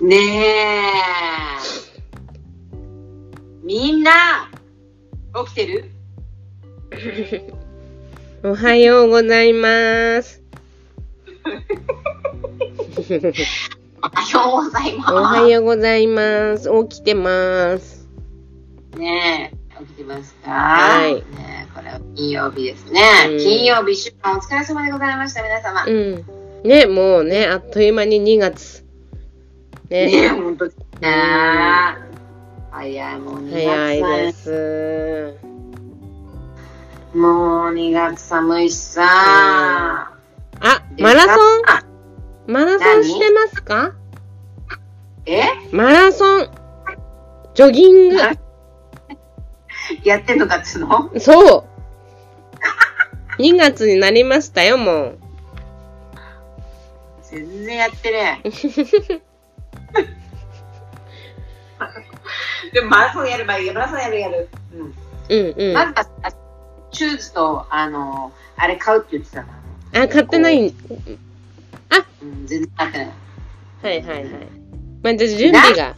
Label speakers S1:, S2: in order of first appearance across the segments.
S1: ねえ。みんな、起きて る
S2: おはようござい ます。
S1: おはようございます。
S2: おはようございます。起きてます。
S1: ねえ、起きてますか
S2: はい
S1: ねえこれは金曜日ですね。
S2: うん
S1: 金曜日一週間お疲れ様でございました、皆様。
S2: う
S1: ね
S2: ん。ね、もうね、あっという間に2月。
S1: え、
S2: ね。
S1: 本当にね。早い、もう2月
S2: 早い
S1: 寒い
S2: です。
S1: もう2月寒いしさ。
S2: あ、
S1: で
S2: マラソン
S1: さ
S2: マラソンしてますか
S1: え
S2: マラソン。ジョギング。
S1: やってんのかっつうの
S2: そう。2月になりましたよ、もう。
S1: 全然やってねえ。でもマラソンやればいいよ、マラソンやるやる。うん
S2: うんうん。
S1: ま
S2: あ、
S1: ずはさシューズとあのあれ買うって言ってたから、
S2: 買ってない。
S1: うん、全然買ってない、
S2: はいはいはい。まあ、じゃあ準備が。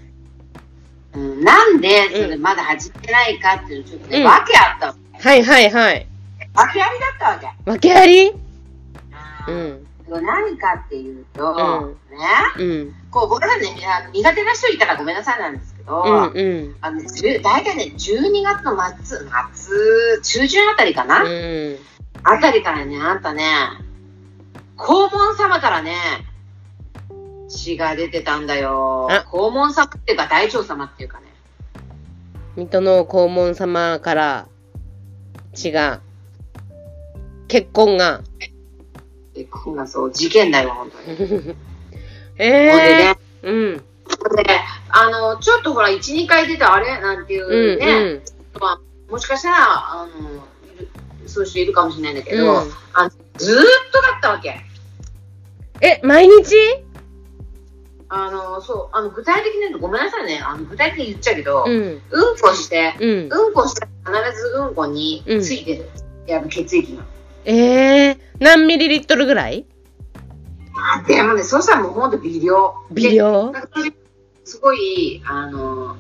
S1: うん、なんでそれ
S2: う
S1: まだ走ってないかっていうちょっとね、
S2: うん
S1: 訳あったわけ
S2: はいはいはい。
S1: 訳ありだったわけ、
S2: 訳ありうん。
S1: これ何かっていうと、ね
S2: うん。
S1: こう僕らねあの苦手な人いたらごめんなさいなんですけど、
S2: うんうん。
S1: あのね、10大体ね、12月の末、末、中旬あたりかな、
S2: うん。
S1: あたりからね、あんたね、黄門様からね、血が出てたんだよ
S2: あ。
S1: 黄門様っていうか、大腸様っていうかね。
S2: 水戸の黄門様から血が、結婚 が。
S1: え、こんなそう、事件だよ、本当に。ほんで
S2: ええ
S1: ね、
S2: ー。うん。
S1: ほんでね、あの、ちょっとほら、1、2回出たあれなんていううんね、
S2: うん。
S1: もしかしたら、あの、いるそういう人いるかもしれないんだけど、
S2: うん
S1: ずーっとだったわけ。
S2: え、毎日
S1: あの、そう、あの、具体的に言うと、ごめんなさいね、あの具体的に言っちゃうけど、
S2: うん。
S1: うんこして、
S2: うん。
S1: うんこしたら必ずうんこに
S2: うん
S1: ついてる。やっぱ血液が。
S2: ええー。何ミリリットルぐらい
S1: あでもね、そうしたらもうほんと微量。
S2: 微量
S1: でなんかそういうすごい、あの、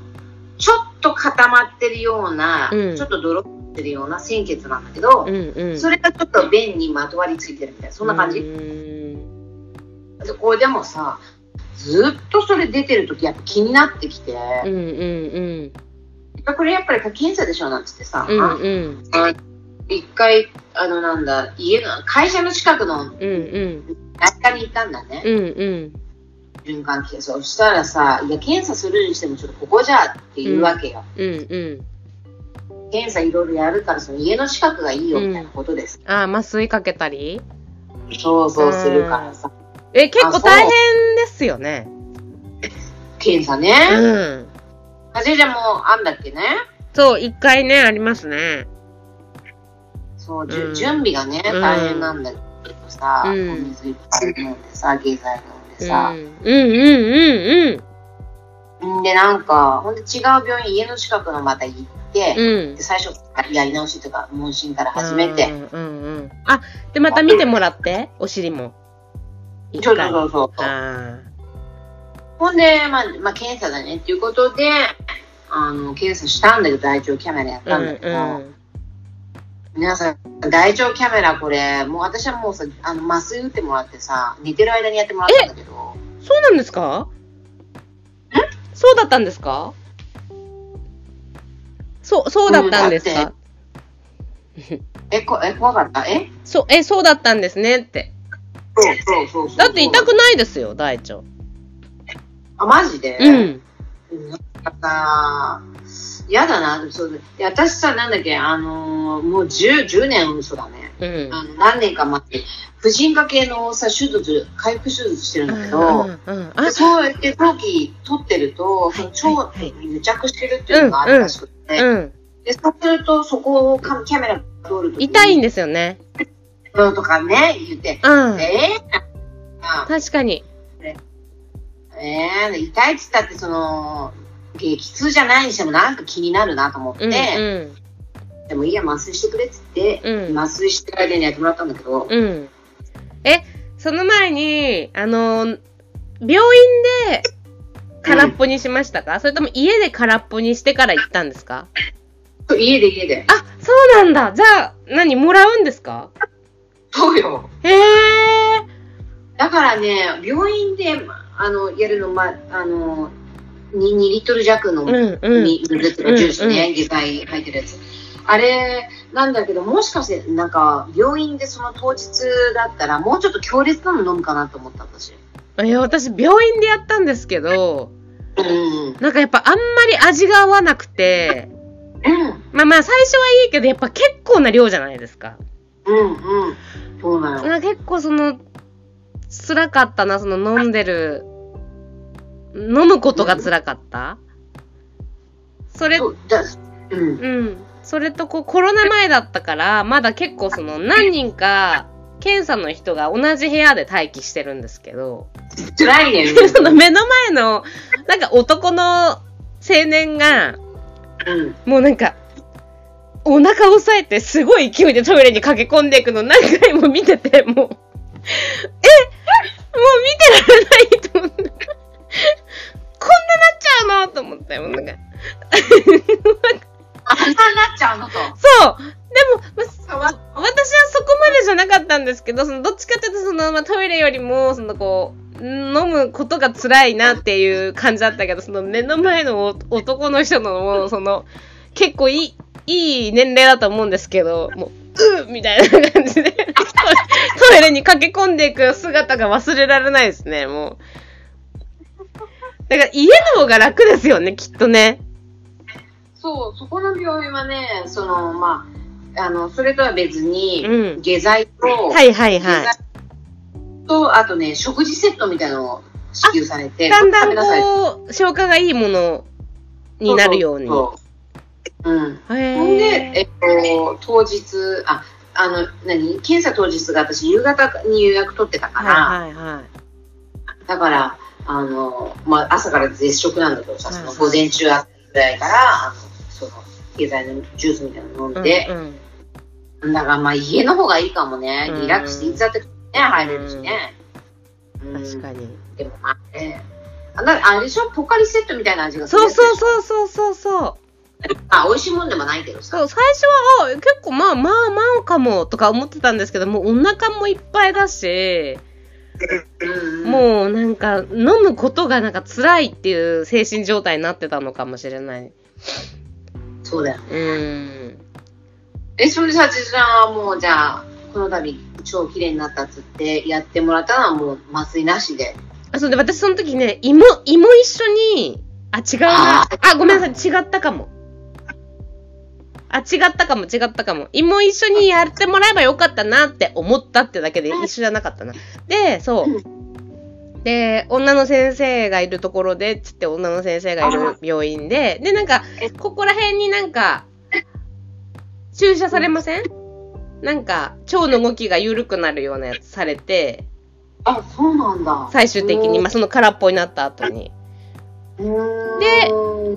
S1: ちょっと固まってるような、
S2: うん
S1: ちょっとドロッってるような鮮血なんだけど
S2: う、んうん。
S1: それがちょっと便にまとわりついてるみたいな、そんな感じ。
S2: うん
S1: でこれでもさ、ずっとそれ出てる時やっぱ気になってきて、
S2: うんうん
S1: これやっぱり検査でしょなんつってさ、
S2: うん。うんうん。
S1: あ一回、あのなんだ、家の、会社の近くの
S2: うんうん。
S1: 内科に行ったんだね。
S2: うんうん。
S1: 循環器そしたらさいや検査するにしてもちょっとここじゃっていうわけよ、
S2: うんうん。
S1: 検査いろいろやるからその家の近くがいいよみたいなことです、
S2: あー、麻酔かけたり
S1: そうそうするからさ
S2: え、結構
S1: あそう
S2: 大変ですよね。
S1: 検査
S2: う
S1: ね、
S2: ん。
S1: あじゃあじゃあもうあんだっけね
S2: そう、一回ね、ありますね。
S1: そう、じ
S2: う
S1: ゅ
S2: ん
S1: 準備がね
S2: うん
S1: 大変なんだけどさ、
S2: うん
S1: お水いっぱい飲んでさ下剤飲んで
S2: うん、
S1: さ
S2: う、んうん
S1: ん、でなんかほんで違う病院家の近くのまた行って
S2: うんう、ん。うん
S1: で。最初やり直しとか問診から始めて、
S2: うんうんうん。あ、で、また見てもらって、お尻も。一
S1: そう
S2: 回。あ
S1: そうそうそう
S2: あ
S1: ほんで、まあ、まあ、検査だねっていうことで、あの、検査したんだけど、大腸キャメラやっ
S2: ー。
S1: た
S2: うんん
S1: だけど、
S2: うん。
S1: 皆さん、大腸キャメラこれ、もう私はもうさ、あの、麻酔打ってもらってさ、寝てる間にやってもらったんだけど、
S2: そうなんですかそうだったんですかそう、そうだったんです
S1: うんだ
S2: か、
S1: え、こえ怖かったえ
S2: そう、え、そうだったんですねって。
S1: そうそうそうそう
S2: だって痛くないですよ、大腸。
S1: あ、マジで
S2: うん。
S1: うん。なんかさ、嫌だな、そうで私さ、なんだっけ、あのーもう10、10年嘘だね。
S2: うん。
S1: あの何年か前に、婦人科系のさ、手術、回復手術してるんだけど、
S2: うんうん。あ、
S1: そうやって臓器取ってると、その腸に癒着してるっていうのがあるらしくて、
S2: うん。
S1: でそうすると、そこをカキャメラ通ると
S2: 痛いん
S1: だ
S2: ですよね。
S1: とかね、言って、
S2: うん。
S1: えーあ
S2: 確かに。
S1: えー、痛いっつったって、その、激痛じゃないにしてもなんか気になるなと思って、
S2: うんうん。
S1: でもいいや、麻酔してくれっつって、
S2: うん
S1: 麻酔してる間にやってもらったんだけど、
S2: うん。え、その前に、あの、病院で、空っぽにしましたか、それとも家で空っぽにしてから行ったんですか
S1: 家で家で。
S2: あ、そうなんだ。じゃあ、何、もらうんですか
S1: そうよ。
S2: へえ。
S1: だからね、病院で、あの、やるの、ま、あの、2, 2リットル弱の
S2: うんうん。
S1: ミルクのジュースね、下剤入ってるやつ。あれなんだけど、もしかして、なんか、病院でその当日だったら、もうちょっと強烈なの飲むかなと思った、私。
S2: いや、私、病院でやったんですけど、
S1: うん。うん。
S2: なんかやっぱあんまり味が合わなくて、まあまあ最初はいいけど、やっぱ結構な量じゃないですか。
S1: うん。うん。そうなの。
S2: まあ結構その、辛かったな、その飲んでる、飲むことが辛かった。それ
S1: そうだうん。
S2: うん、それとこうコロナ前だったからまだ結構その何人か検査の人が同じ部屋で待機してるんですけど
S1: 辛いね。
S2: その目の前のなんか男の青年が
S1: うん。
S2: もうなんかお腹を押さえてすごい勢いでトイレに駆け込んでいくの何回も見ててもうえもう 見てられないと思ってこんなな っちゃうのと思ってもうなんか
S1: あんなになっちゃうのと。
S2: そうでもま
S1: 変わっ
S2: 私はそこまでじゃなかったんですけど、そのどっちかというとその、まあ、トイレよりも、そのこう、飲むことが辛いなっていう感じだったけど、その目の前のお男の人の、もうその、結構いい、いい年齢だと思うんですけど、もう、うーみたいな感じで、トイトイレに駆け込んでいく姿が忘れられないですね、もう。だから家の方が楽ですよね、きっとね。
S1: そう、そこの病院はね、その、まあ、あの、それとは別に、
S2: うん
S1: 下剤と、
S2: はいはい
S1: 下
S2: は
S1: 剤と、あとね、食事セットみたいのを支給され
S2: い。
S1: て、
S2: だん
S1: 食べなさ
S2: だ
S1: い
S2: んこう、消化がいいものになるように。
S1: そそううん。
S2: へ
S1: ほんで、えっと、当日、あ、あの、何検査当日が私、夕方に予約取ってたから、
S2: はいはいはい。
S1: だから、あの、まあ、朝から絶食なんだけどさ、
S2: はい
S1: そ
S2: はい
S1: の午前中あぐらいから、あの、その、下剤のジュースみたいなの飲んで、
S2: うんうん
S1: だからまあ家の方がいいかもね。
S2: うん
S1: リラックスしていつだってね、入れるしね。うん
S2: 確かに。
S1: でもまあね。あなあれでしょポカリセットみたいな味がする
S2: そう
S1: やつ
S2: そうそうそうそうそう。
S1: あ、美味しいもんでもないけどさ。
S2: そう最初はあ結構まあまあまあかもとか思ってたんですけど、もうお腹もいっぱいだし、
S1: うんうん、う。
S2: もうなんか飲むことがなんか辛いっていう精神状態になってたのかもしれない。
S1: そうだよ。
S2: うん。
S1: え、それでさ、ちさんはもうじゃあ、この度超綺麗になったっつってやってもらったのはもう麻酔なしで。
S2: あそうで私その時ね芋芋一緒にあ違うな
S1: あ
S2: あごめんなさい違ったかもあ違ったかも違ったかも芋一緒にやってもらえばよかったなって思ったってだけで
S1: うん
S2: 一緒じゃなかったなでそうで女の先生がいるところでつって女の先生がいる病院ででなんか
S1: え
S2: ここら辺になんか注射されませんなんか腸の動きが緩くなるようなやつされて
S1: あ、そうなんだ。
S2: 最終的に、まあ、その空っぽになった後に。
S1: うん。
S2: で
S1: うん、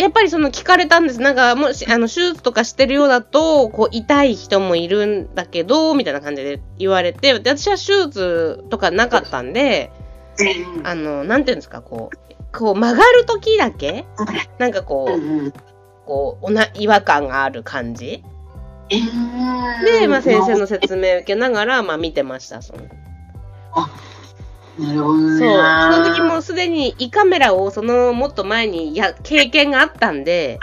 S2: やっぱりその聞かれたんです。なんか、もし、あの、手術とかしてるようだと、こう、痛い人もいるんだけど、みたいな感じで言われて、で私は手術とかなかったんで、あの、なんていうんですか、こう、こう曲がる時だけなんか
S1: う
S2: こう、
S1: んうん。
S2: こう、おな、違和感がある感じ
S1: えー
S2: で、まあ先生の説明受けながら、まあ見てました、その。
S1: なるほど
S2: そう。
S1: ね。
S2: その時もうすでに胃カメラをその、もっと前にや、経験があったんで、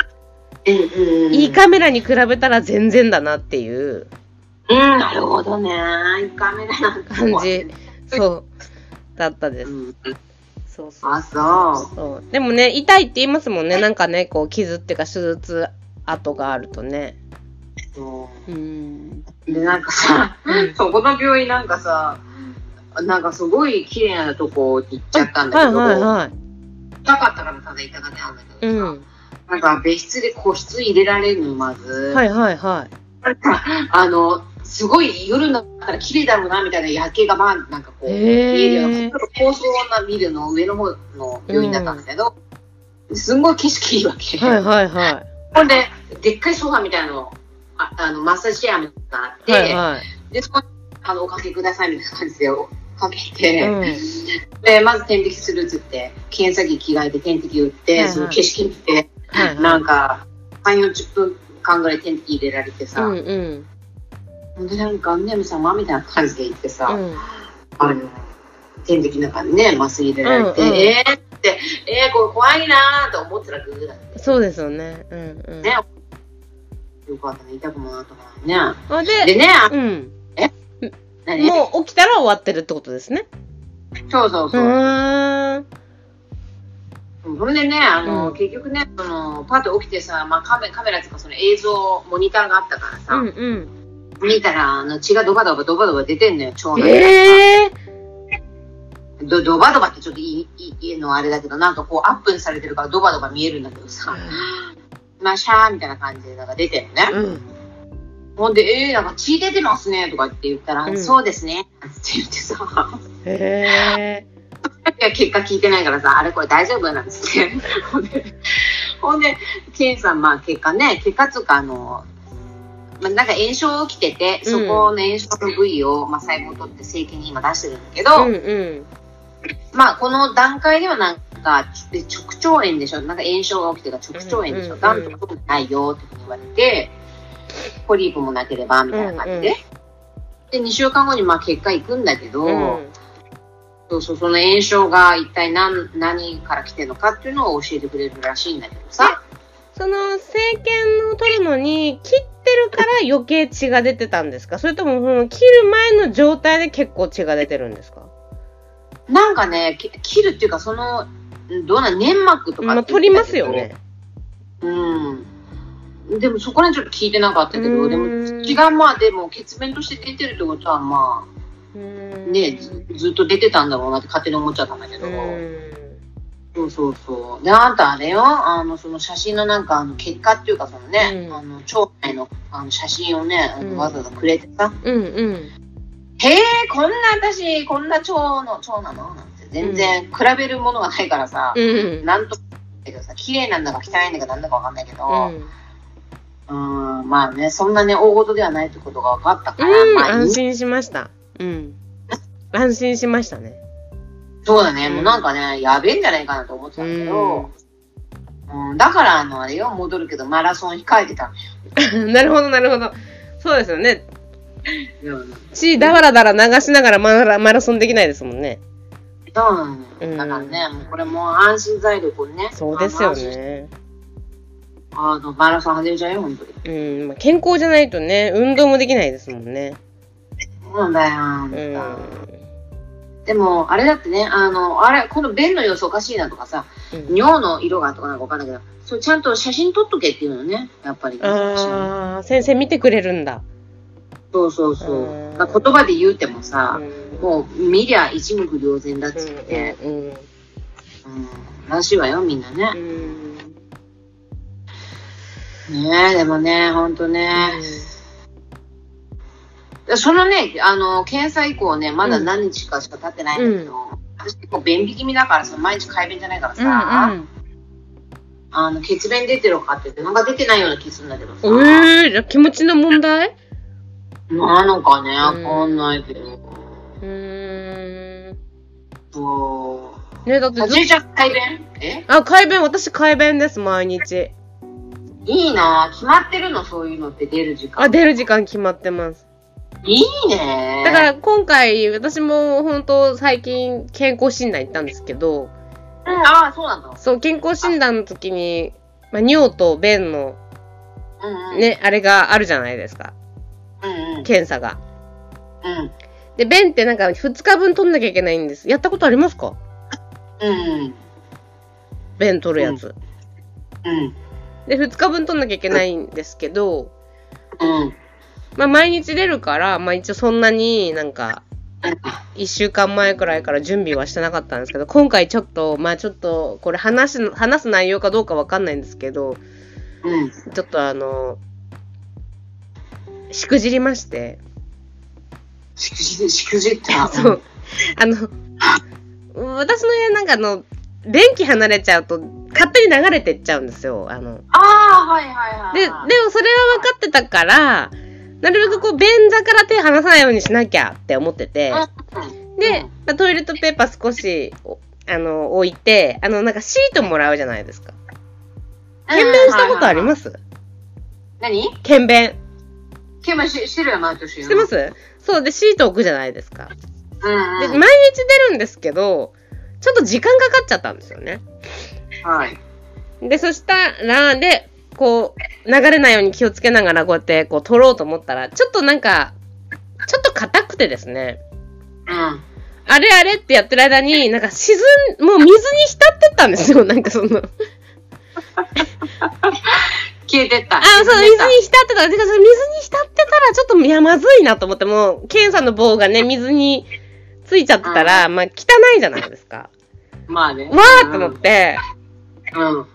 S1: うんうんうん
S2: 胃カメラに比べたら全然だなっていう。
S1: うん、なるほどね。一回目だなんか
S2: 感じ。そう。だったで
S1: う
S2: す。
S1: ん、
S2: そうそう
S1: あ、そ
S2: そう。でもね、痛いって言いますもんね。なんかね、こう、傷っていうか、手術跡があるとね。
S1: うそ
S2: うん。
S1: う。で、なんかさ、そこの病院なんかさ、なんかすごい綺麗なとこ行っちゃったんだ
S2: は
S1: け
S2: い
S1: ど、
S2: はいはい。
S1: 痛かったからただ痛かったんだけど
S2: う
S1: さ、
S2: ん。
S1: なんか別室で個室入れられるの、まず。
S2: はいはいはい。
S1: あの、すごい夜になったら綺麗だろうな、みたいな夜景がバーンなんかこう、見えるよう
S2: へ
S1: な
S2: え。
S1: ちょっと高層なビルの上の方の病院だったんだけど、すんごい景色いいわけ。
S2: はいはいは
S1: ほんで、でっかいソファーみたいなの、ああのマッサージチェアみたいなのがあっ
S2: い。
S1: て、
S2: はいはい。
S1: で、そこにあのおかけくださいみたいな感じで、おかけて、で、まず点滴するっつって、検査着着替えて点滴打っ
S2: は
S1: て、
S2: いはい
S1: その景色見て、
S2: はいはい
S1: なんか、3、40分間ぐらい点滴入れられてさ、
S2: うんうん
S1: ほんでなんか、ねむ様みたいな感じで行ってさ、
S2: うん
S1: あの、点滴の中にね、麻酔入れられて、
S2: うんうん
S1: えーって、えー、これ怖いなーと思ってたらグーだった
S2: そうですよね。うんうん。
S1: ねよかったね、痛くもなかったからね。
S2: あ
S1: で
S2: で、
S1: ね、あ
S2: うん。
S1: 何
S2: もう起きたら終わってるってことですね。
S1: そうそう
S2: う
S1: そう。
S2: ーん。
S1: それでね、あの、
S2: うん
S1: 結局ね、そのパッと起きてさ、まあ、カメカメラとかその映像、モニターがあったからさ、
S2: うんうん。
S1: 見たらあの血がドバドバドバドバ出てんのよ、腸内から
S2: ええ
S1: どドバドバってちょっと言いいいいのはあれだけど、なんかこうアップにされてるからドバドバ見えるんだけどさ、まあシャーみたいな感じでなんか出てるのね。
S2: うん。
S1: ほんで、えー、なんか血出てますねとかって言ったら、
S2: うん
S1: そうですねって言ってさ、
S2: ええ
S1: いや結果聞いてないからさ、あれこれ大丈夫なんつって。 ほんで、ほんで、検査、まあ結果ね、結果つうかあの、まあ、なんか炎症起きてて、
S2: うん
S1: そこの炎症の部位を、まあ、細胞を取って整形に今出してるんだけど、
S2: うんうん。
S1: まあこの段階ではなんか、ちょ直腸炎でしょ、なんか炎症が起きてるから直腸炎でし
S2: う
S1: ょ、
S2: ん
S1: が、んとか特にないよって言われて、ポリープもなければみたいな感じで。で、2週間後にまあ結果行くんだけど、
S2: うん。
S1: そうそう、その炎症が一体何何から来てるのかっていうのを教えてくれるらしいんだけどさ。
S2: その、政権を取るのに、切ってるから余計血が出てたんですかそれとも、その切る前の状態で結構血が出てるんですか
S1: なんかね、き切るっていうか、その、んどうなん、粘膜とか
S2: まあ、
S1: って言
S2: 取
S1: って
S2: り
S1: た
S2: ま
S1: け
S2: す
S1: ど
S2: よね。。
S1: うん。でもそこら辺ちょっと聞いてなかったけ
S2: う
S1: ど、
S2: ん
S1: でも血がまあでも血便として出てるってことはまあね、
S2: ね
S1: ずずっと出てたんだろうなって勝手に思っちゃったんだけど。
S2: う
S1: そうそうそう。で、あんたあれよ、あの、その写真のなんか、あの、結果っていうか、そのね、
S2: うん
S1: あの、腸内の、あの、写真をね、あ
S2: うん
S1: のわざわざくれてさ、
S2: んうん。
S1: へえ、こんな私、こんな腸の、腸なのなんて、全然比べるものがないからさ、
S2: うん。
S1: なんとも言えないけどさ、綺麗なんだか汚いんだかなんだかわかんないけど、
S2: うん。
S1: うん、ん、まあね、そんなね、大事ではないってことが分かったから、
S2: うん、
S1: まあいい
S2: 安、心しました。うん。安心しましたね。
S1: そうだね、
S2: うん
S1: もうなんかね、やべえんじゃないかなと思ってたんだけど、うん、だから、あの、あれよ、戻るけど、マラソン控えてたん
S2: なるほど、なるほど。そうですよね。
S1: だよ。
S2: 血だらだら流しながらマラマラソンできないですもんね。
S1: そうなのよ
S2: うん
S1: だからね、もうこれもう安心材料これね。
S2: そうですよ
S1: あの。安心
S2: ね。
S1: あの、マラソン始めちゃうよ、本当に。
S2: うん。まあ、健康じゃないとね、運動もできないですもんね。
S1: そうなんだよあん
S2: う
S1: た、
S2: ん。
S1: でも、あれだってね、あの、あれ、この便の様子おかしいなとかさ、
S2: うん
S1: 尿の色がとかなんかわかんないけど、そうちゃんと写真撮っとけっていうのね、やっぱり。
S2: ああ、先生見てくれるんだ。
S1: そうそうそうう。
S2: ん
S1: だから言葉で言うても
S2: う
S1: さ、
S2: ん
S1: もう見りゃ一目瞭然だっつって、
S2: うんうん
S1: うん、らしいわよ、みんな
S2: う
S1: ね。
S2: ん
S1: ねえ、でもね、ほんとね。でそのね、あの、検査以降ね、まだ何日かしか経ってないんだけど、私結構便秘気味だからさ、毎日改便じゃないからさ、
S2: うん
S1: あの、血便出てるかって言って、なんか出てないような気するんだけどさ、
S2: うん。ええじゃあ気持ちの問題
S1: なのかね、わ
S2: うん
S1: かんないけど、
S2: うん。
S1: そ
S2: ねだっ
S1: う。
S2: て
S1: さ
S2: ずっ
S1: ちえちゃん改便え
S2: あ、改便、私改便です、毎日。
S1: いいな決まってるのそういうのって出る時間。
S2: あ、出る時間決まってます。
S1: いいね
S2: だから今回、私も本当最近健康診断行ったんですけど、
S1: ら、うん、ああ、そうなんだ。
S2: そう、健康診断の時に、まあ、尿と便の
S1: うんうん。。
S2: ね、あれがあるじゃないですか。
S1: うんうん。
S2: 検査が。
S1: うん。
S2: で、便ってなんか2日分取んなきゃいけないんです。やったことありますか
S1: うん
S2: 便取るやつ。
S1: うん。
S2: で、2日分取んなきゃいけないんですけど、
S1: うん。うん。
S2: まあ毎日出るから、まあ一応そんなになんか一週間前くらいから準備はしてなかったんですけど、今回ちょっと、まあちょっと、これ話す、話す内容かどうかわかんないんですけど、
S1: うん。
S2: ちょっとあの、しくじりまして、
S1: しくじ、しくじった。
S2: そう。、あの、私の部屋なんかあの、電気離れちゃうと、勝手に流れてっちゃうんですよ、あの。
S1: ああ、はいはいはい。
S2: で、でもそれは分かってたから、なるべくこう、便座から手離さないようにしなきゃって思ってて、
S1: う
S2: で、まあ、トイレットペーパー少し、おあの、置いて、あの、なんかシートもらうじゃないですか。検便したことありますす
S1: 何
S2: 検便。
S1: 検便ししてるよ、毎年。
S2: してま
S1: です
S2: そうで、シート置くじゃないですか。で、毎
S1: うん
S2: 日出るんですけど、ちょっと時間かかっちゃったんですよね。
S1: はい。
S2: で、そしたら、で、こう、流れないように気をつけながら、こうやって、こう、取ろうと思ったら、ちょっとなんか、ちょっと硬くてですね、
S1: うん。
S2: あれあれってやってる間に、なんか沈ん、もう水に浸ってったんですよ、なんかその。
S1: 消えてった。
S2: あ、そう、水に浸ってた。てか、それ水に浸ってたら、ちょっと、いや、まずいなと思って、もう、ケンさんの棒がね、水についちゃってたら、まあ、汚いじゃないですか。
S1: まあね。
S2: わーと思って、
S1: うん。うん。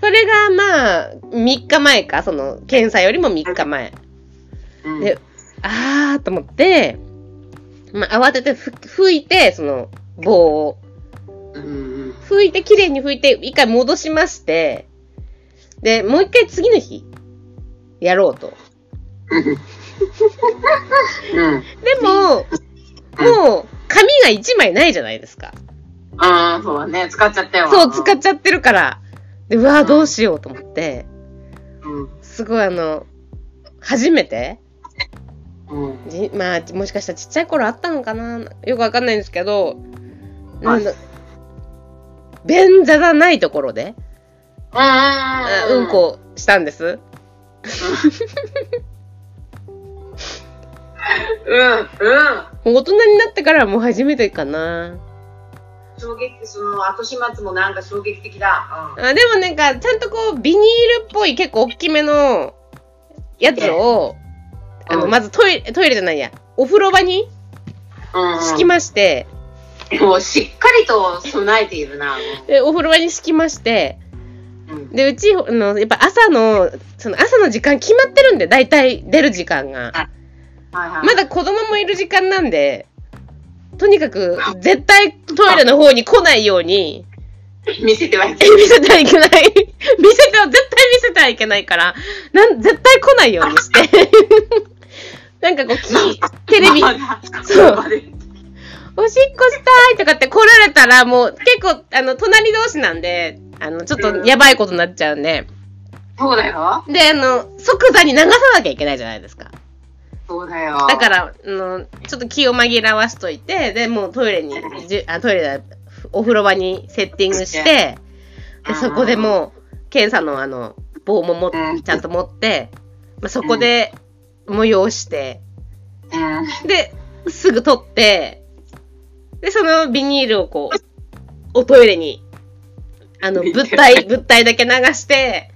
S2: それが、まあ、3日前か、その、検査よりも3日前。
S1: うん。
S2: であーと思って、まあ、慌ててふ拭いて、その、棒を。
S1: うんうん。
S2: 拭いて、綺麗に拭いて、一回戻しまして、で、もう一回次の日、やろうと。
S1: うん。
S2: でも、もう、紙が1枚ないじゃないですか。
S1: ああ、そうだね。使っちゃったよ。
S2: そう、使っちゃってるから。で、うわーどうしようと思って、
S1: うん。
S2: すごいあの、初めて、
S1: うん。
S2: じまあ、もしかしたらちっちゃい頃あったのかなよくわかんないんですけど、なんだ便座がないところで、あ
S1: う
S2: うん。こしたんです。
S1: うん。うん。
S2: 大人になってからはもう初めてかな。
S1: 衝撃、その後始末もなんか衝撃的だ。
S2: あでもなんか、ちゃんとこう、ビニールっぽい結構大きめのやつを、あの、
S1: うん
S2: まずトイレ、トイレじゃないや、お風呂場に
S1: うん。
S2: 敷きまして、
S1: もうしっかりと備えているな。
S2: で、お風呂場に敷きまして、
S1: うん。
S2: で、うち、あの、やっぱ朝の、その朝の時間決まってるんで、大体出る時間が。
S1: はいはい。
S2: まだ子供もいる時間なんで、とにかく、絶対トイレの方に来ないように、
S1: 見せてはいけ
S2: え
S1: ない。
S2: 見せてはいけ ない。見せては、絶対見せてはいけないから、なん、絶対来ないようにして。 なんかこう、きテレビ、
S1: まだ
S2: そう
S1: まだ
S2: おしっこしたいとかって来られたら、もう、結構、あの、隣同士なんで、あの、ちょっとやばいことになっちゃうんで、
S1: そうだよ。
S2: で、あの、即座に流さなきゃいけないじゃないですか。
S1: そうだよ。
S2: だか。ら、あの、ちょっと気を紛らわしといて、で、もうトイレに、じゅあトイレだ、お風呂場にセッティングして、で、そこでもう、検査のあの、棒もも
S1: うん
S2: ちゃんと持って、まあ、そこで催して、
S1: うん。
S2: で、すぐ取って、で、そのビニールをこう、おトイレに、あの、物体、物体だけ流して、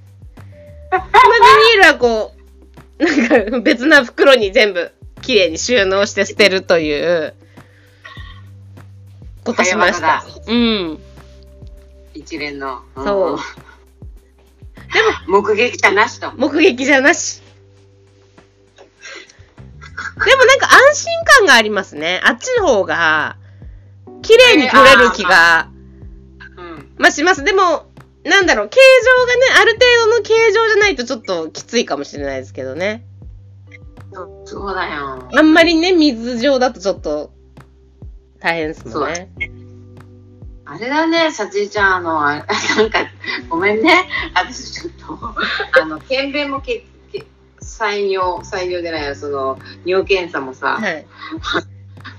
S2: そのビニールはこう、なんか別な袋に全部きれいに収納して捨てるという、ことしました
S1: 早業。
S2: うん。
S1: 一連の。ん
S2: そう。
S1: でも、目撃者なしと。
S2: 目撃じゃなし。でもなんか安心感がありますね。あっちの方が、綺麗に取れる気が、
S1: うん。
S2: まあ、します。でも、なんだろう、形状がね、ある程度の形状じゃないとちょっときついかもしれないですけどね。
S1: そうそうだよ。
S2: あんまりね、水状だとちょっと、大変ですもんね。
S1: あれだね、さちえちゃん、あの、あ れなんか、ごめんね。私ちょっと、あの、検便もけ、け採用、採用じゃないよ、その、尿検査もさ、
S2: はい。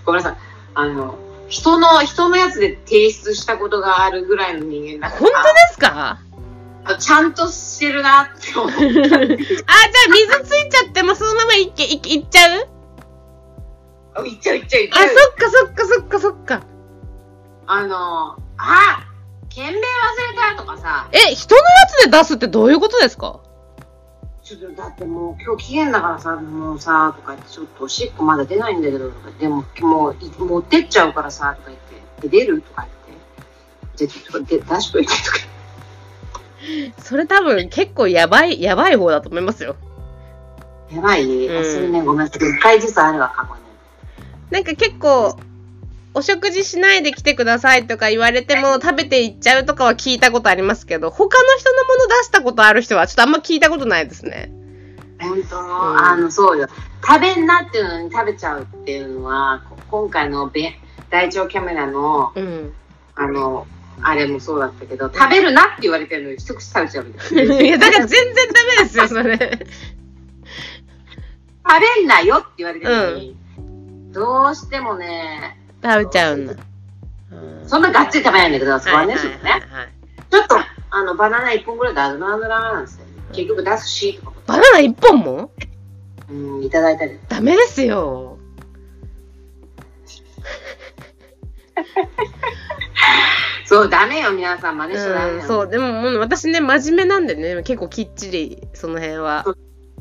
S1: ごめんなさい、あの、人の、人のやつで提出したことがあるぐらいの人間だか
S2: 本当
S1: ら、
S2: ですか
S1: あちゃんとしてるなって思
S2: あ、
S1: う。
S2: じゃあ水ついちゃってもそのままいっけ、いいっちゃう
S1: あいっちゃういっちゃういっ
S2: あ、
S1: ちゃ。
S2: そうっかそっかそっかそっか。
S1: あの、あ検便忘れたとかさ、
S2: え、人のやつで出すってどういうことですか
S1: ちょっとだってもう今日期限だからさ、もうさ、とか言って、ちょっとおしっこまだ出ないんだけど、とかでももうい持ってっちゃうからさ、とか言って、で出るとか言って、じゃあちょっとで出しといてとか言って。
S2: それ多分結構やばい、やばい方だと思いますよ。
S1: やばい、
S2: うん
S1: あそれね、ごめんなさい。一回ずつあるわ、過去に。
S2: なんか結構、お食事しないで来てくださいとか言われても食べていっちゃうとかは聞いたことありますけど、他の人のもの出したことある人はちょっとあんま聞いたことないですね。
S1: 本当、
S2: うん
S1: あの、そうよ。食べんなっていうのに食べちゃうっていうのは、こ今回のべ大腸キャメラの、
S2: うん。
S1: あの、あれもそうだったけど、食べるなって言われてるのに一口食べちゃうみたいな。
S2: いや、だから全然ダメです よ、それ。
S1: 食べんなよって言われてるのに、どうしてもね、
S2: 食べちゃうんだ。
S1: そんながっつり食べないんだけど、そこはね、そこ
S2: は
S1: ね
S2: い。はいはい
S1: ちょっと、あの、バナナ1本ぐらいであずまあずらなんですよ。結局出すし、とかも、
S2: バナナ1本も
S1: うん、いただいたり。
S2: ダメですよ。
S1: そう、ダメよ、皆さん。真似しちゃダメ
S2: うん、
S1: よ。
S2: そう、でももう私ね、真面目なんでね、結構きっちり、その辺は、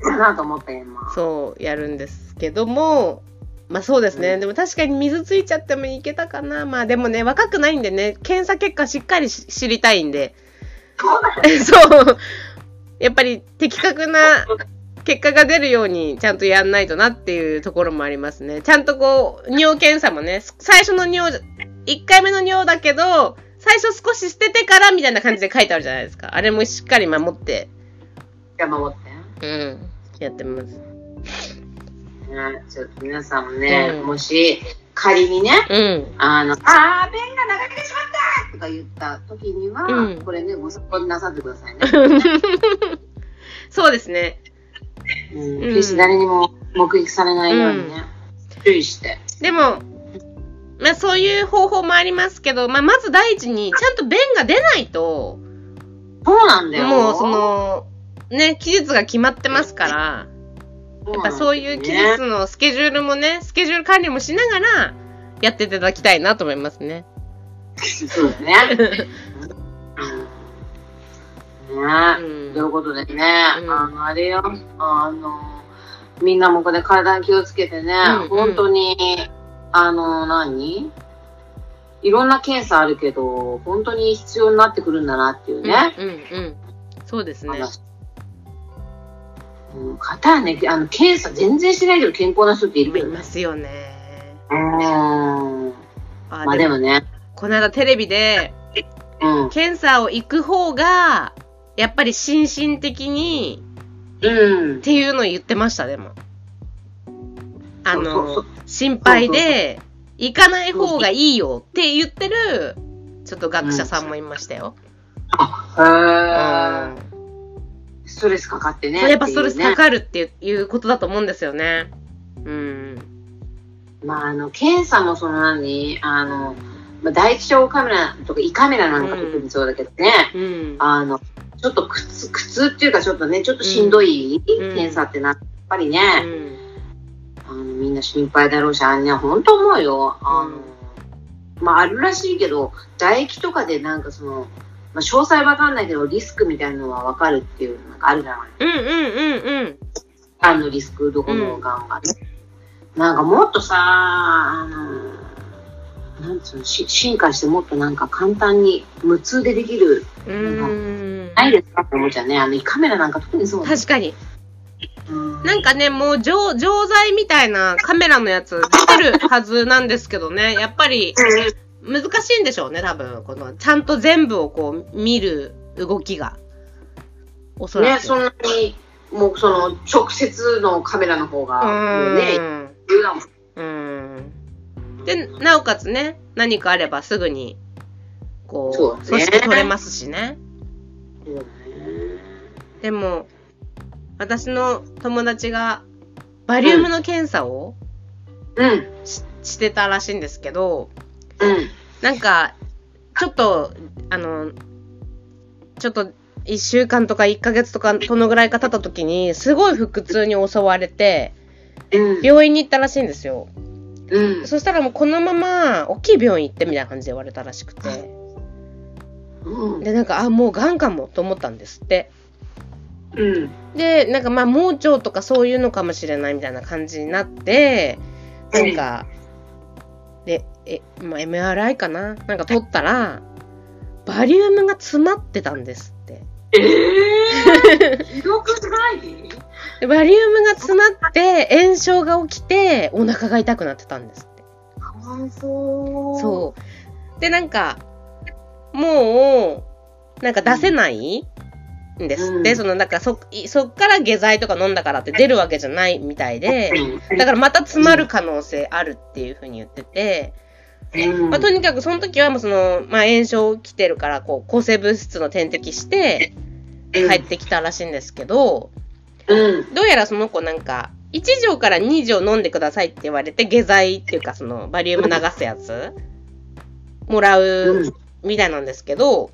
S1: かなと思ったよ、今。
S2: そう、やるんですけども、まあそうですね、
S1: うん
S2: でも確かに水ついちゃってもいけたかな。まあでもね、若くないんでね、検査結果しっかりし知りたいんで、
S1: そうだよ。
S2: そう、やっぱり的確な結果が出るようにちゃんとやんないとなっていうところもありますね。ちゃんとこう、尿検査もね、最初の尿、1回目の尿だけど、最初少し捨ててからみたいな感じで書いてあるじゃないですか。あれもしっかり守って、
S1: じゃあ守って。
S2: うん、やってます。
S1: ねちょっと皆さんもね、
S2: うん
S1: もし仮にね、
S2: うん。
S1: あの、あー、便が流れてしまったとか言った時には、
S2: うん
S1: これね、ご参考になさってくだ さいね。
S2: そうですね。
S1: うん、
S2: ん
S1: 決して誰にも目撃されないようにね、注意して。
S2: でも、まあそういう方法もありますけど、まあまず第一に、ちゃんと便が出ないと、
S1: そうなんだよ。
S2: もうそ、の、ね、期日が決まってますから、やっぱそういう期日のスケジュールもね、スケジュール管理もしながら、やっていただきたいなと思いますね。
S1: そうだね。 うんね
S2: うん
S1: ということでね、
S2: うん
S1: あの、あれよ、あの、みんなもこれ体に気をつけてね、
S2: うん
S1: 本当に、あの、何いろんな検査あるけど、本当に必要になってくるんだなっていうね、
S2: うんうんうん。そうですね。
S1: 話。うん、方はね、あの、検査全然しないけど健康な人っている
S2: い
S1: よね。
S2: ますよね。
S1: うん。
S2: あ
S1: まあでもね、
S2: この間テレビで、
S1: うん。うん。
S2: 検査を行く方が、やっぱり心身的に、っていうのを言ってました、でも。あ
S1: そうそ
S2: の
S1: う、
S2: 心配で、行かない方がいいよって言ってる、ちょっと学者さんもいましたよ。
S1: へ
S2: う
S1: ー
S2: ん。
S1: ストレスかかってね。
S2: それやっぱストレスか
S1: る。
S2: かるっていういうことだと思うんですよね。うん。
S1: まあ、あの、検査もその何、あの、まあ、第一腸カメラとか胃カメラなんか特にそうだけどね、
S2: うん。
S1: あの、ちょっと苦痛、苦痛っていうかちょっとね、ちょっとしんどい
S2: ん
S1: 検査ってな、やっぱりね、
S2: うん
S1: あのみんな心配だろうし、あんね、本当思うよ。あの、まあ、あるらしいけど、唾液とかでなんかその、まあ、詳細わかんないけど、リスクみたいなのはわかるっていうのがあるじゃない。
S2: うんうんうんうん。
S1: がんのリスクどこのがんがね、なんかもっとさあのなんつうのし進化してもっとなんか簡単に無痛でできる
S2: うーん。
S1: ないですかって思っちゃうねあのカメラなんか特にそう
S2: 確かに。
S1: うん
S2: なんかね、もう錠、錠剤みたいなカメラのやつ出てるはずなんですけどね、やっぱり難しいんでしょうね、多分。この、ちゃんと全部をこう、見る動きが。おそら
S1: ね
S2: く。
S1: そんなにもうその直接のカメラの方
S2: う
S1: がもうね
S2: ーん。
S1: 優だもん
S2: うーん。で、なおかつね、何かあればすぐに、こ
S1: そう
S2: う、
S1: だね
S2: 組織取れますしね。
S1: そうだね
S2: でも、私の友達が、バリウムの検査を
S1: うん
S2: し,、してたらしいんですけど、
S1: うん
S2: なんか、ちょっと、あの、ちょっと、一週間とか一ヶ月とか、そのぐらいか経った時に、すごい腹痛に襲われて、
S1: うん
S2: 病院に行ったらしいんですよ。
S1: うん
S2: そしたらもうこのまま、大きい病院行ってみたいな感じで言われたらしくて。
S1: うん
S2: で、なんか、あ、もう癌かもと思ったんですって。
S1: うん
S2: で、なんかまあ、盲腸とかそういうのかもしれないみたいな感じになって、なんか、で、え、まあ、MRI かななんか取ったら、バリウムが詰まってたんですって。
S1: えー、 ひどくない
S2: でバリウムが詰まって、炎症が起きて、お腹が痛くなってたんですって。
S1: かわいそう
S2: そう。で、なんか、もう、なんか出せない、んですって、
S1: うん
S2: その、なんかそ、いそっから下剤とか飲んだからって出るわけじゃないみたいで、
S1: うん
S2: だからまた詰まる可能性あるっていうふうに言ってて、
S1: うん
S2: まあ、とにかくその時はもうその、まあ、炎症来てるからこう抗生物質の点滴して帰ってきたらしいんですけど、
S1: うん。
S2: どうやらその子なんか1錠から2錠飲んでくださいって言われて下剤っていうかそのバリウム流すやつもら
S1: う。
S2: うんみたいなんですけど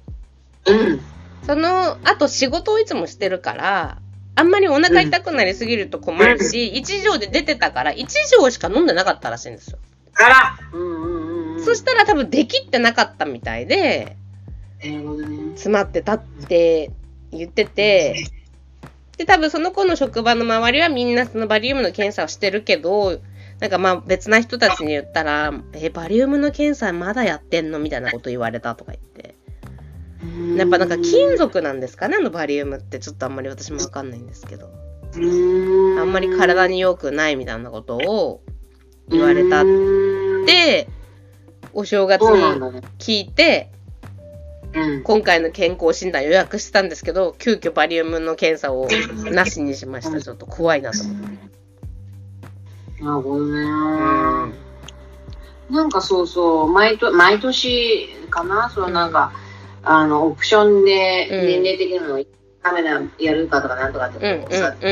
S1: うん。
S2: その後仕事をいつもしてるからあんまりお腹痛くなりすぎると困るし1錠で出てたから1錠しか飲んでなかったらしいんですよ。
S1: から。うんうんうん。
S2: そしたら多分できってなかったみたいで。
S1: て。なるほどね。
S2: 詰まってたって言ってて、で、多分その子の職場の周りはみんなそのバリウムの検査をしてるけど、なんかまあ別な人たちに言ったら、え、バリウムの検査まだやってんのみたいなこと言われたとか言って。やっぱなんか金属なんですかねあのバリウムってちょっとあんまり私もわかんないんですけど。
S1: うん。
S2: あんまり体
S1: に
S2: に良くないみたいなことを言われたっ。て、お正月
S1: そうなん
S2: に
S1: だね。
S2: 聞いて、
S1: うん。
S2: 今回の健康診断予約してたんですけど、急遽バリウムの検査をなしにしました。ちょっと怖いなと思って。
S1: なるほどね。
S2: ん
S1: なんかそうそう、毎年、毎年かな、そのなんか、あの、オプションで
S2: うん
S1: 年齢的なのをカメラやるかとかなんとかって
S2: うん
S1: こうさ、
S2: う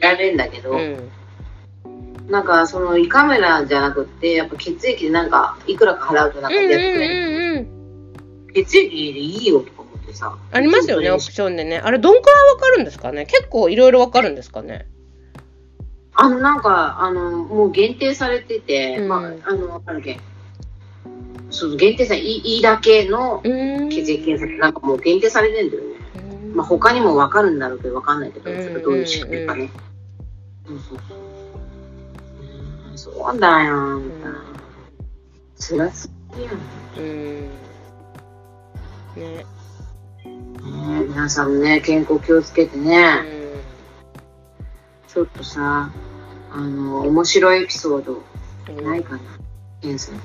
S1: やれるんだけど、
S2: んうん。うん。
S1: なんかその胃カメラじゃなくって、やっぱ血液でなんか、いくらか払うとなんかやってくれる。
S2: うんうんうんうん。
S1: 血液でいいよとか思ってさ。
S2: ありますよね、オプションでね。あれ、どんくらいわかるんですかね結構いろいろわかるんですかね
S1: あの、なんか、あの、もう限定されてて、
S2: うん
S1: まあ、あの、なんだっけ、その限定さ、胃胃だけの
S2: うーん。
S1: 血液検査ってなんかもう限定されてんだよね。まあ、他にも分かるんだろうけど分かんないけど、
S2: うん
S1: それどういう仕組みかね。そうそうそう。うんそうだよ、みたいな。辛すぎや
S2: うん。ね。
S1: ん。ね皆さんもね、健康気をつけて
S2: う
S1: ね、
S2: ん。
S1: ちょっとさ、あの、面白いエピソードないかな、検査で。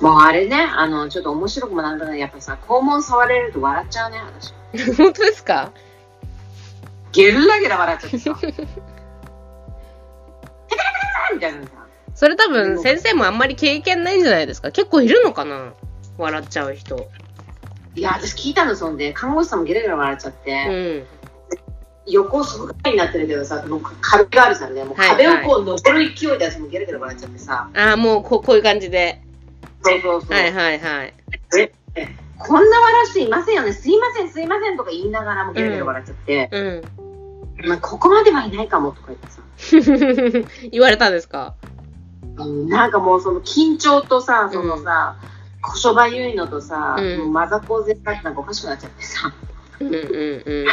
S1: もうあれね、あの、ちょっと面白くもなんだね、やっぱさ、肛門触れると笑っちゃうね、私。
S2: 本当ですか
S1: ゲラゲラ笑っちゃってさ。テカテカテカテカみたいなさ。
S2: それ多分、先生もあんまり経験ないんじゃないですか結構いるのかな笑っちゃう人。
S1: いや、私聞いたの、そんで、看護師さんもゲラゲラ笑っちゃっ
S2: う
S1: て、
S2: ん。
S1: 横そっかりになってるけどさ、もう壁があるさね、もう壁をこう登る勢いで私もゲラゲラ笑っちゃってさ、
S2: ああ、もうこうこういう感じで。
S1: そうそうそう、
S2: はいはいはい。
S1: こんな笑う人いませんよね、すいません、すいませんとか言いながらもゲラゲラ笑っちゃって、
S2: うん。
S1: まあ、ここまではいないかもとか言ってさ、
S2: 言われたんですか
S1: うんなんかもうその緊張とさ、そのさ、小商売ゆいのとさ、
S2: うん
S1: もうマザコーゼかってなんかおかしくなっちゃってさ、
S2: うんうんうん。
S1: ね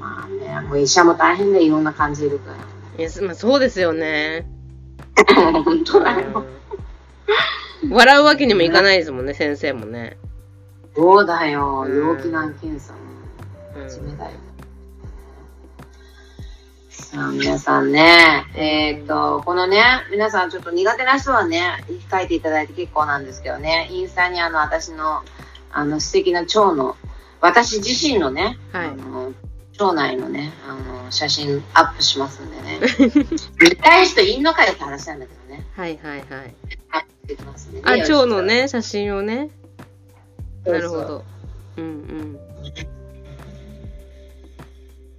S1: まあね、もう医者も大変でいろんな感じいるか
S2: いやすまあ、そうですよね。
S1: ら、 本当だよ。
S2: うん笑うわけにもいかないですもんね、先生もね。
S1: そうだよ、
S2: うん
S1: 陽気な検査も
S2: うん
S1: 始めだよ。さあ、皆さんね、えーっと、このね、皆さんちょっと苦手な人はね、控えていただいて結構なんですけどね、インスタにあの、私の、あの、素敵な腸の、私自身のね、
S2: はい
S1: あの、腸内のね、あの、写真アップしますんで ね、見たい人いんのかよって話なんだけどね、
S2: はいはいはい。
S1: アップできますんでね。
S2: あ、
S1: よろしく
S2: 蝶の、ね、写真をね。
S1: そう
S2: な
S1: そう
S2: るほど。うん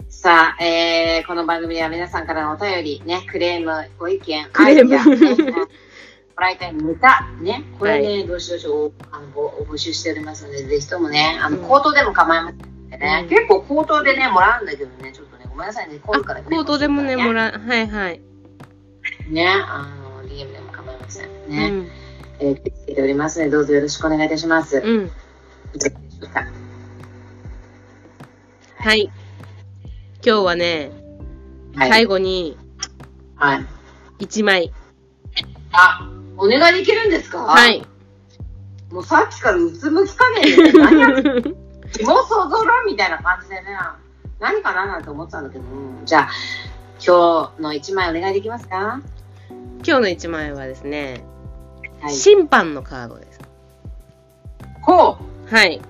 S1: さあ、えー、この番組では皆さんからのお便り、ね、クレーム、ご意見、
S2: クレーム
S1: アイディアねもらいたいネタ、ね、これね、
S2: は
S1: どしどしおあのご募集しておりますので、ぜひともね、あの、
S2: うん
S1: 口頭でも構いませんのでね、
S2: うん
S1: 結構口頭でね、もらうんだけどね、ちょっとね、ごめんなさいね、
S2: うん。
S1: 今度から
S2: あ、コートでもね、も
S1: ら
S2: らう。はいはい。
S1: ね、あの、DM でも構いません
S2: う
S1: ね、
S2: ん。
S1: えー、受け付けておりますので、どうぞよろしくお願いいたします。
S2: うん。
S1: いかがでしょうか
S2: はい。今日はね、
S1: はい。
S2: 最後に
S1: はい。
S2: 1枚。
S1: あ、お願いできるんですか
S2: は。い。
S1: もうさっきからうつむき加減で、何やってもうそぞろみたいな感じでね、何かななんて思ってたんだけど、うんじゃあ、今日の一枚お願いできますか
S2: 今日の1枚はですね、
S1: はい。
S2: 審判のカードです。
S1: こう
S2: はい。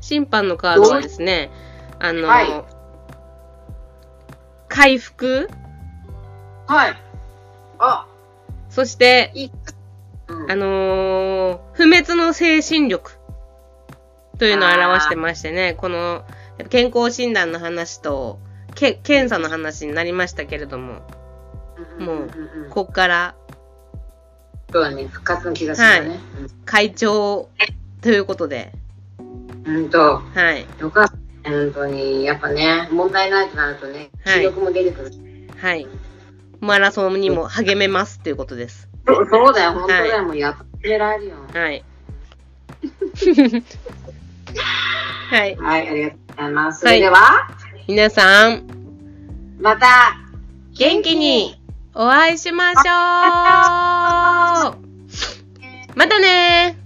S2: 審判のカードはですね、あの、
S1: はい
S2: 回復
S1: はい。
S2: そして、
S1: うん
S2: あのー不滅の精神力というのを表してましてね、このやっぱ健康診断の話と、け検査の話になりましたけれども、もうここから
S1: そうだね、復活の気がするね。
S2: 会長ということで、
S1: うんうんと、
S2: はい、
S1: よかった。本当に、やっぱね、問題ないとなるとね、
S2: はい
S1: 気力も出てくる。
S2: はい。マラソンにも励めますということです。
S1: そうそうだよ、本当だよ、もうやってられるよ。
S2: はい。 はい。
S1: はい、ありがとうございます。そ
S2: はい
S1: れでは、
S2: 皆さん、
S1: また、
S2: 元気にお会いしましょうまたねー